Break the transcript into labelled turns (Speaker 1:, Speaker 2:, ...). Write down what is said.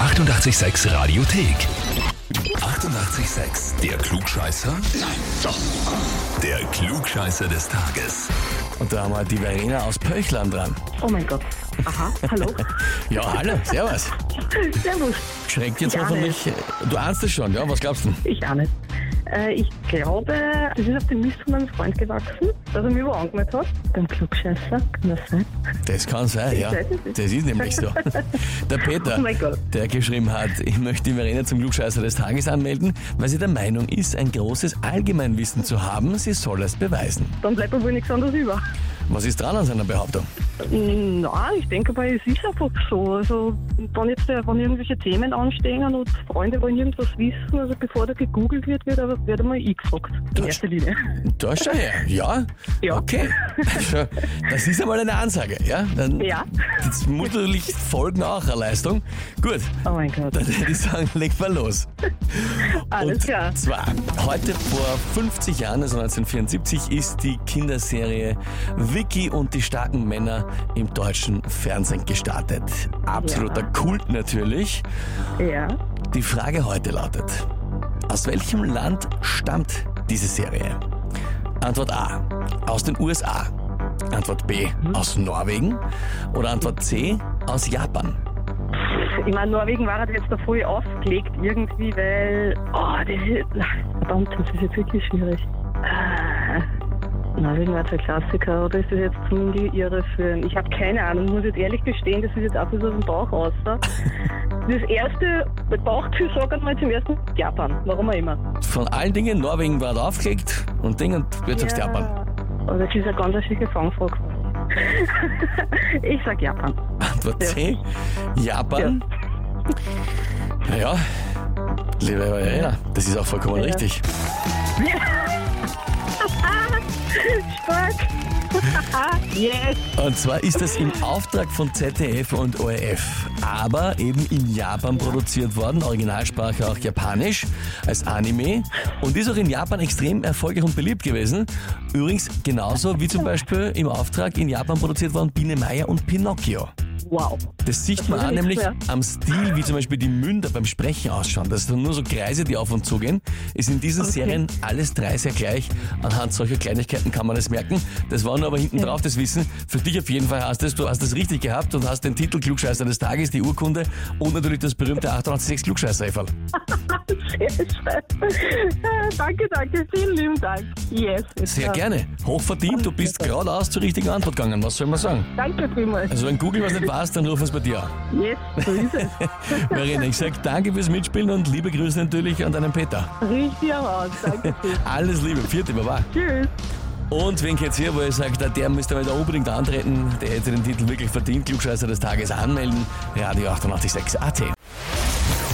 Speaker 1: 886 Radiothek. 88,6. Der Klugscheißer? Nein, doch. Der Klugscheißer des Tages.
Speaker 2: Und da haben wir die Verena aus Pöchlern dran.
Speaker 3: Oh mein Gott. Aha, hallo.
Speaker 2: Ja, hallo, servus.
Speaker 3: Servus.
Speaker 2: Schreckt jetzt
Speaker 3: Ich ahne
Speaker 2: hoffentlich. Du ahnst es schon, ja? Was glaubst du? denn?
Speaker 3: Ich ahne. Äh, ich glaube, das ist auf den Mist von meinem Freund gewachsen, dass er mich wo angemeldet hat. Beim Klugscheißer, kann das sein?
Speaker 2: Das kann sein, ja.
Speaker 3: weiß es nicht.
Speaker 2: Das ist nämlich so. Der Peter,
Speaker 3: Oh mein Gott.
Speaker 2: der geschrieben hat, ich möchte die Verena zum Glückscheißer des Tages anmelden, weil sie der Meinung ist, ein großes Allgemeinwissen zu haben, sie soll es beweisen.
Speaker 3: Dann bleibt aber wohl nichts anderes über.
Speaker 2: Was ist dran an seiner Behauptung?
Speaker 3: Na, ich denke aber, es ist einfach so. Also, wenn jetzt äh, wenn irgendwelche Themen anstehen und Freunde wollen irgendwas wissen, also bevor da gegoogelt wird, wird, aber- wird einmal ich gefragt. In
Speaker 2: Das-
Speaker 3: erster Linie.
Speaker 2: Da schau her, ja?
Speaker 3: Ja.
Speaker 2: Okay. Schau, Das ist einmal eine Ansage, ja? Dann,
Speaker 3: Ja.
Speaker 2: Das mutterlich folgen auch eine Leistung. Gut,
Speaker 3: Oh mein Gott.
Speaker 2: dann hätte ich sagen, legt mal los.
Speaker 3: Alles
Speaker 2: Und
Speaker 3: klar.
Speaker 2: zwar, heute vor 50 Jahren, also 1974, ist die Kinderserie Vicky und die starken Männer im deutschen Fernsehen gestartet. Absoluter Kult natürlich.
Speaker 3: Ja.
Speaker 2: Die Frage heute lautet, aus welchem Land stammt diese Serie? Antwort A, aus den USA. Antwort B,
Speaker 3: Mhm.
Speaker 2: aus Norwegen. Oder Antwort C, aus Japan.
Speaker 3: Ich meine, Norwegen war halt jetzt da voll aufgelegt irgendwie, weil. Oh, das ist. na, Verdammt, das ist jetzt wirklich schwierig. Ah, Norwegen war jetzt ein Klassiker, oder ist das jetzt zum Irreführen? Ich habe keine Ahnung, muss jetzt ehrlich gestehen, das ist jetzt auch so aus dem Bauch raus. ne? Das erste Bauchgefühl sagt mal zum ersten Japan, warum auch immer.
Speaker 2: Von allen Dingen, Norwegen war da aufgelegt und Ding und jetzt sagst du Japan.
Speaker 3: Oh, das ist eine ganz schicke Fangfrage. ich sag Japan.
Speaker 2: Antwort C, Japan. Naja, liebe Verena, das ist auch vollkommen
Speaker 3: Ja.
Speaker 2: richtig.
Speaker 3: Stark! yes!
Speaker 2: Und zwar ist das im Auftrag von ZDF und ORF, aber eben in Japan produziert worden, Originalsprache auch Japanisch, als Anime und ist auch in Japan extrem erfolgreich und beliebt gewesen. Übrigens genauso wie zum Beispiel im Auftrag in Japan produziert worden Biene Meier und Pinocchio.
Speaker 3: Wow.
Speaker 2: Das sieht
Speaker 3: Das
Speaker 2: man
Speaker 3: wurde
Speaker 2: an,
Speaker 3: nichts
Speaker 2: nämlich
Speaker 3: mehr.
Speaker 2: am Stil, wie zum Beispiel die Münder beim Sprechen ausschauen. Das sind nur so Kreise, die auf und zu gehen. Ist in diesen Serien alles drei sehr gleich. Anhand solcher Kleinigkeiten kann man es merken. Das war nur aber hinten drauf das Wissen. Für dich auf jeden Fall hast du es. Du hast es richtig gehabt und hast den Titel Klugscheißer des Tages, die Urkunde und natürlich das berühmte 886 klugscheißer -Eferl.
Speaker 3: Sehr schön. danke, danke, vielen lieben Dank. Yes. es
Speaker 2: Sehr
Speaker 3: war-
Speaker 2: gerne. Hochverdient, du bist geradeaus zur richtigen Antwort gegangen. Was soll man sagen?
Speaker 3: Danke vielmals.
Speaker 2: Also wenn Google was nicht weiß, dann ruf es bei dir an.
Speaker 3: Yes, so ist es.
Speaker 2: Verena, ich sag danke fürs Mitspielen und liebe Grüße natürlich an deinen Peter.
Speaker 3: Richtig heraus. Danke viel.
Speaker 2: Alles Liebe, vierte Baba.
Speaker 3: Tschüss.
Speaker 2: Und wen geht's hier, wo ihr sagt, der müsste mal da unbedingt antreten, der hätte den Titel wirklich verdient, Klugscheißer des Tages anmelden, Radio 886 AT.